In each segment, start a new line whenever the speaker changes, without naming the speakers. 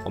我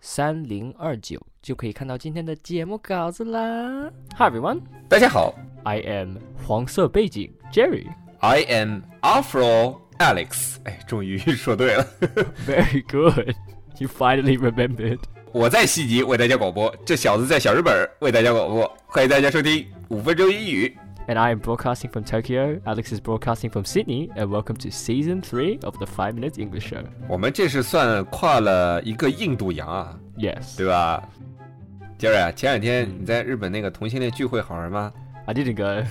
三零二九就可以看到今天的节目稿子啦。Hi everyone,
大家好
I am 黄色背景 Jerry.
，I am Afro Alex。哎，终于说对了，
Very good, you finally remembered.
我在悉尼为大家广播，这小子在小日本为大家广播，欢迎大家收听五分钟英语。
And I am broadcasting from Tokyo. Alex is broadcasting from Sydney. And welcome to season three of the Five Minutes English Show.
我们这是算跨了一个印度洋啊，
Yes,
对吧？杰瑞啊，前两天你在日本那个同性恋聚会好玩吗？
I didn't go.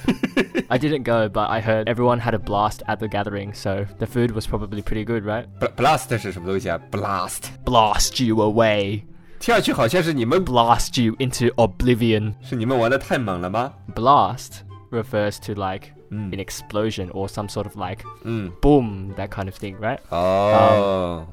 I didn't go, but I heard everyone had a blast at the gathering, so the food was probably pretty good, right?
Bl- Blast 是什么东西啊？Blast
Blast you away.
跳下去好像是你们
blast you into oblivion.
是你们玩的太猛了吗？
Blast refers to like
Mm.
an explosion or some sort of like
嗯，
boom, that kind of thing, right?
哦，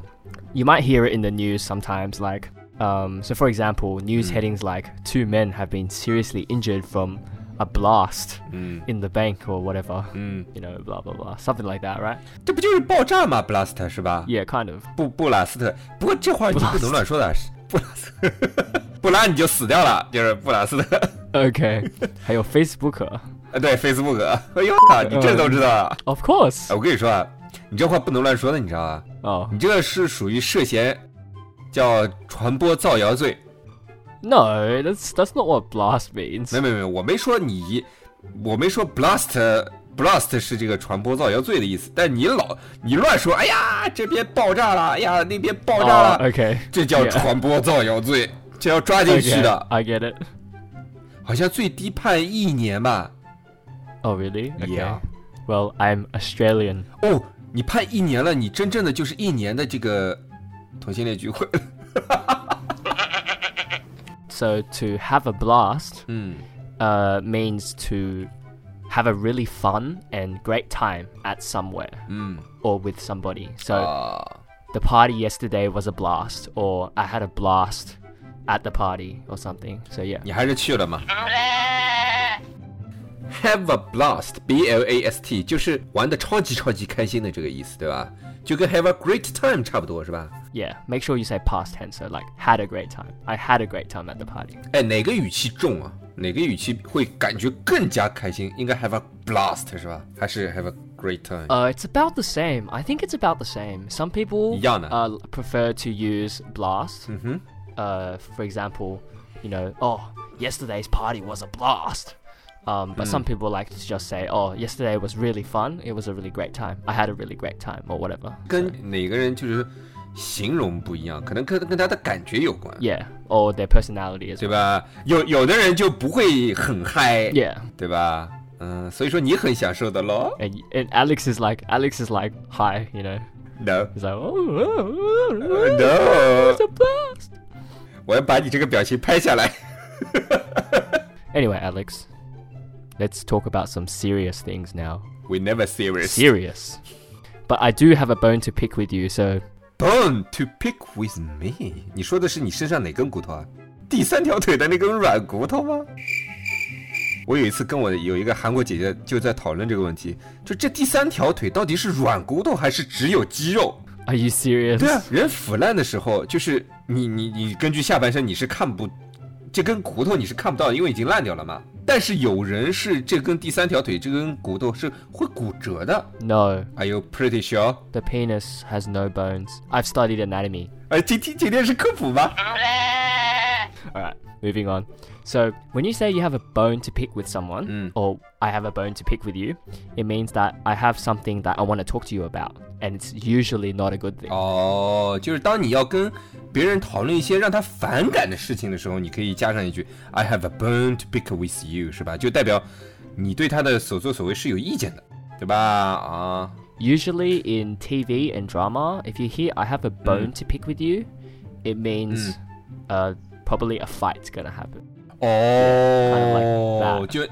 You might hear it in the news sometimes, like, um, so for example, news headings like two men have been seriously injured from a blast
嗯
in the bank or whatever.
嗯，
You know, blah blah blah, something like that, right?
这不就是爆炸吗？Blast 是吧？
Yeah, kind of.
布布拉斯特，不过这话你不能乱说的，是布拉斯， 布拉你就死掉了，就是布拉斯特。
Okay. hey, your Facebook?
呃，对，Facebook，哎呦，啊你这都知道啊？
Of course.
哎我跟你说啊，你这话不能乱说的，你知道吧？
Oh
你这个是属于涉嫌叫传播造谣罪。
no, that's that's not what blast means.
没没没，我没说你，我没说 blast blast 是这个传播造谣罪的意思，但你老你乱说，哎呀，这边爆炸了，哎呀，那边爆炸了
Oh, okay.
这叫
Yeah.
传播造谣罪，这要抓进去
Okay,
的，
I get it.
好像最低判一年吧？
Oh, really? Okay.
Yeah.
Well, I'm Australian.
哦，你判一年了，你真正的就是一年的这个同性恋聚会了。
So to have a blast
嗯
uh, means to have a really fun and great time at somewhere
嗯
or with somebody. So
啊，
the party yesterday was a blast, or I had a blast at the party or something. So yeah.
你还是去了嘛？Have a blast, B L A S T，就是玩的超级超级开心的这个意思，对吧？就跟 Have a great time 差不多是吧？
Yeah. Make sure you say past tense. So like had a great time. I had a great time at the party.
哎，哪个语气重啊？哪个语气会感觉更加开心？应该 Have a blast 是吧？还是 Have a great time？
Uh, it's about the same. I think it's about the same. Some people
Yana.
uh, prefer to use blast. Mm-hmm. Uh, for example, you know, oh, yesterday's party was a blast. Um, but some people like to just say, oh, yesterday was really fun. It was a really great time. I had a really great time, or whatever.
跟哪个人就是形容不一样，可能跟跟他的感觉有关，
Yeah, or their personality as
对
well.
吧？有有的人就不会很嗨，
Yeah,
对吧？嗯，所以说你很享受的咯。
and, and Alex is like, Alex is like, hi, you know,
No
he's like, oh, oh, oh, oh,
no，
it's a blast.
我要把你这个表情拍下 来。
Anyway, Alex, let's talk about some serious things now.
We never serious.
serious. But I do have a bone to pick with you, so
Bone to pick with me。你说的是你身上哪根骨头啊？第三条腿的那根软骨头吗？我有一次跟我有一个韩国姐姐就在讨论这个问题，就这第三条腿到底是软骨头还是只有肌肉？
are you serious?
对啊，人腐烂的时候，就是你你你根据下半身你是看不，这根骨头你是看不到的，因为已经烂掉了嘛。但是有人是这根第三条腿这根骨头是会骨折的。
No,
Are you pretty sure？
the penis has no bones. I've studied anatomy.
哎，今天今天是科普吗？
Alright, moving on. So, when you say you have a bone to pick with someone,
Mm.
or I have a bone to pick with you, it means that I have something that I want to talk to you about, and it's usually not a good thing.
哦，就是当你要跟别人讨论一些让他反感的事情的时候，你可以加上一句 "I have a bone to pick with you"，是吧？就代表你对他的所作所为是有意见的，对吧？啊，
Usually in TV and drama, if you hear I have a bone to pick with you, it means uh, probably a fight's gonna happen.
哦
like that
就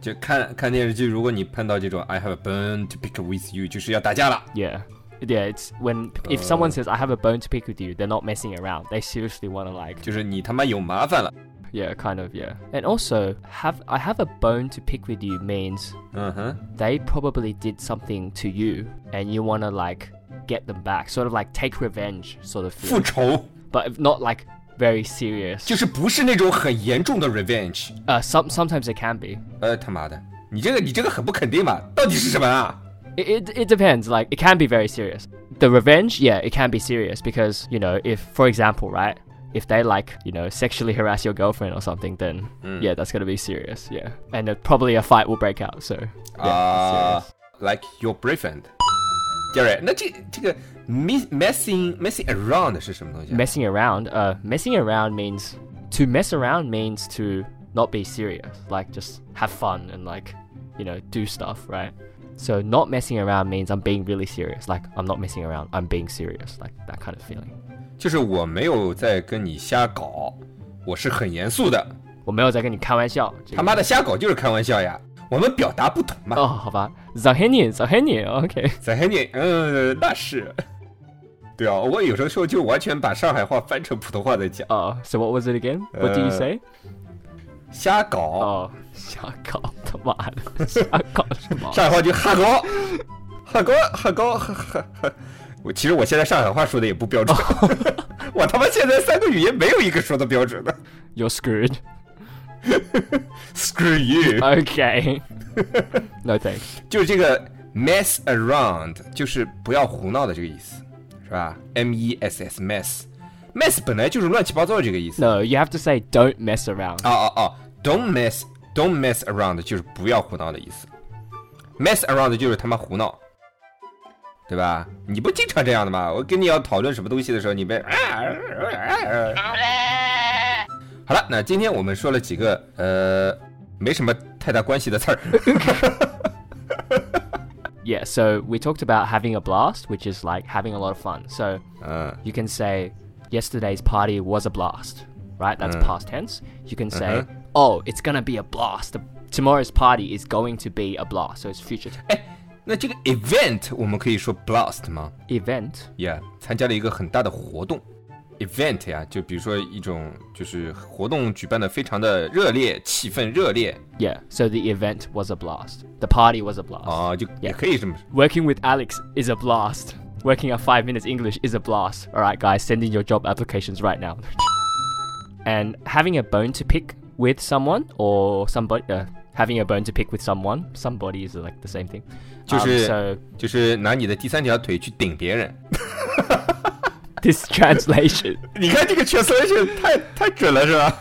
就看看电视剧，如果你碰到这种 I have a bone to pick with you，就是要打架了。
Yeah. Yeah, it's when if
Oh.
someone says I have a bone to pick with you, they're not messing around. They seriously want to like
就是你他妈有麻烦了，
yeah, kind of yeah. And also have I have a bone to pick with you means
嗯哼，
they probably did something to you and you want to like get them back, sort of like take revenge sort of
复
feel.
仇
But if not like very serious.
就是不是那种很严重的 revenge，
Uh, some sometimes it can be.
呃他妈的，你这个你这个很不肯定嘛，到底是什么啊？
It, it, it depends. Like, it can be very serious. The revenge, yeah, it can be serious because, you know, if, for example, right, if they, like, you know, sexually harass your girlfriend or something, then, yeah, that's going to be serious, yeah. And uh, probably a fight will break out, so, yeah,
Ah.
it's serious.
like your boyfriend。第二，那这这个 mess- messing messing around 是什么东西啊、
Messing around, uh, messing around means, to mess around means to not be serious. Like, just have fun and, like, you know, do stuff, right? So, not messing around means I'm being really serious. Like, I'm not messing around, I'm being serious. Like, that kind of feeling.
就是我没有在跟你瞎搞，我是很严肃的。
我没有在跟你开玩笑，这个
他妈的瞎搞就是开玩笑呀，我们表达不同 嘛。
哦，好吧，早黑你，早黑你，OK。
在黑你，嗯，那是。 对啊，我有时候就完全把上海话翻成普通话在讲，
Oh, so what was it again? What do you
呃，
say?
瞎搞，
Oh, 瞎搞，他妈的，瞎搞什么？
上海话就哈搞，哈搞，哈搞，哈哈哈。我其实我现在上海话说的也不标准，我他妈现在三个语言没有一个说的标准的。
You're screwed.
Screw you！
Okay. no thanks.
就是这个 mess around，就是不要胡闹的这个意思，是吧？M E S S mess mess 本来就是乱七八糟的这个意思。
No, you have to say don't mess around.
哦哦哦，don't mess don't mess around 就是不要胡闹的意思，mess around 就是他妈胡闹，对吧？你不经常这样的吗？我跟你要讨论什么东西的时候，你别。好了，那今天我们说了几个呃没什么太大关系的词儿，
Yeah, so we talked about having a blast, which is like having a lot of fun. So
嗯
you can say yesterday's party was a blast, right? That's past tense. You can say,
Uh-huh.
oh, it's gonna be a blast. Tomorrow's party is going to be a blast. So it's future tense.
哎那这个 event 我们可以说 blast 吗
event.
？Yeah，参加了一个很大的活动，event 呀，就比如说一种就是活动举办的非常的热烈，气氛热烈
Yeah. So the event was a blast. The party was a blast.
啊，就也
Yeah
可以这么
Working with Alex is a blast. Working at five minutes English is a blast. All right, guys, send in your job applications right now. and having a bone to pick with someone or somebody, uh, having a bone to pick with someone, somebody is like the same thing. Um,
就是-
so
就是拿你的第三条腿去顶别人。
this translation,
你看这个 translation 太太准了，是吧？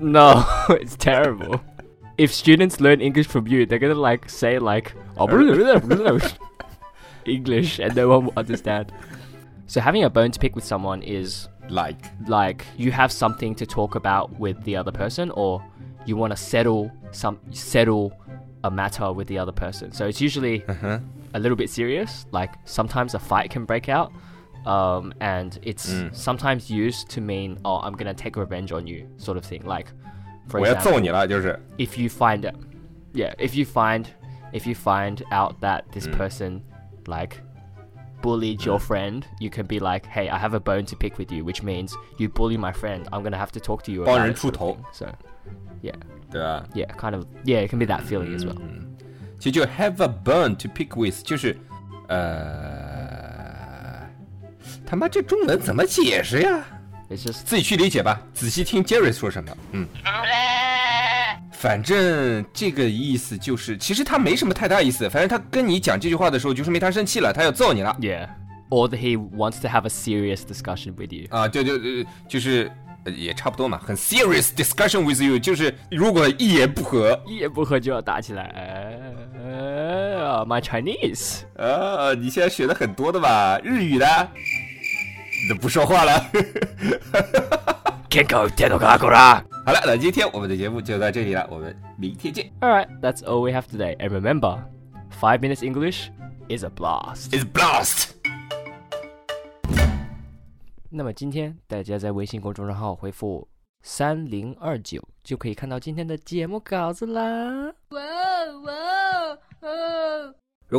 no, it's terrible. If students learn English from you, they're gonna like say like "Oh, English, and no one will understand. So having a bone to pick with someone is
Like，
like you have something to talk about with the other person or you want to settle some settle a matter with the other person so it's usually
嗯
a little bit serious like sometimes a fight can break out um, and it's sometimes used to mean oh i'm gonna take revenge on you sort of thing like for
我要
example
揍你了，就是。
if you find out, yeah, if you find, if you find out that this person, like, bullied your friend, you can be like, hey, I have a bone to pick with you, which means you bully my friend. I'm gonna have to talk to you about it. sort of
帮人出头。
thing. So,
对吧？
yeah, kind of, yeah, it can be that feeling as well.
其实就 have a bone to pick with，就是，呃，他妈这中文怎么解释呀？
It's just,
自己去理解吧，仔细听 Jerry 说什么。嗯，反正这个意思就是，其实他没什么太大意思，反正他跟你讲这句话的时候，就说明他生气了，他要揍你了
yeah. Or that he wants to have a serious discussion with you.
啊，就就呃就是。呃也差不多嘛，很 serious discussion with you，就是如果一言不合，
一言不合就要打起来。呃，呃，my Chinese.
啊，你现在学的很多的吧？日语的，你都不说话了。
Kenko tenokakura.
好了，那今天我们的节目就到这里了，我们明天见。
Alright, that's all we have today. And remember, 5 minutes English is a blast.
It's blast.
那么今天大家在微信公众号回复三零二九就可以看到今天的节目稿子啦。
Whoa, whoa, whoa.
如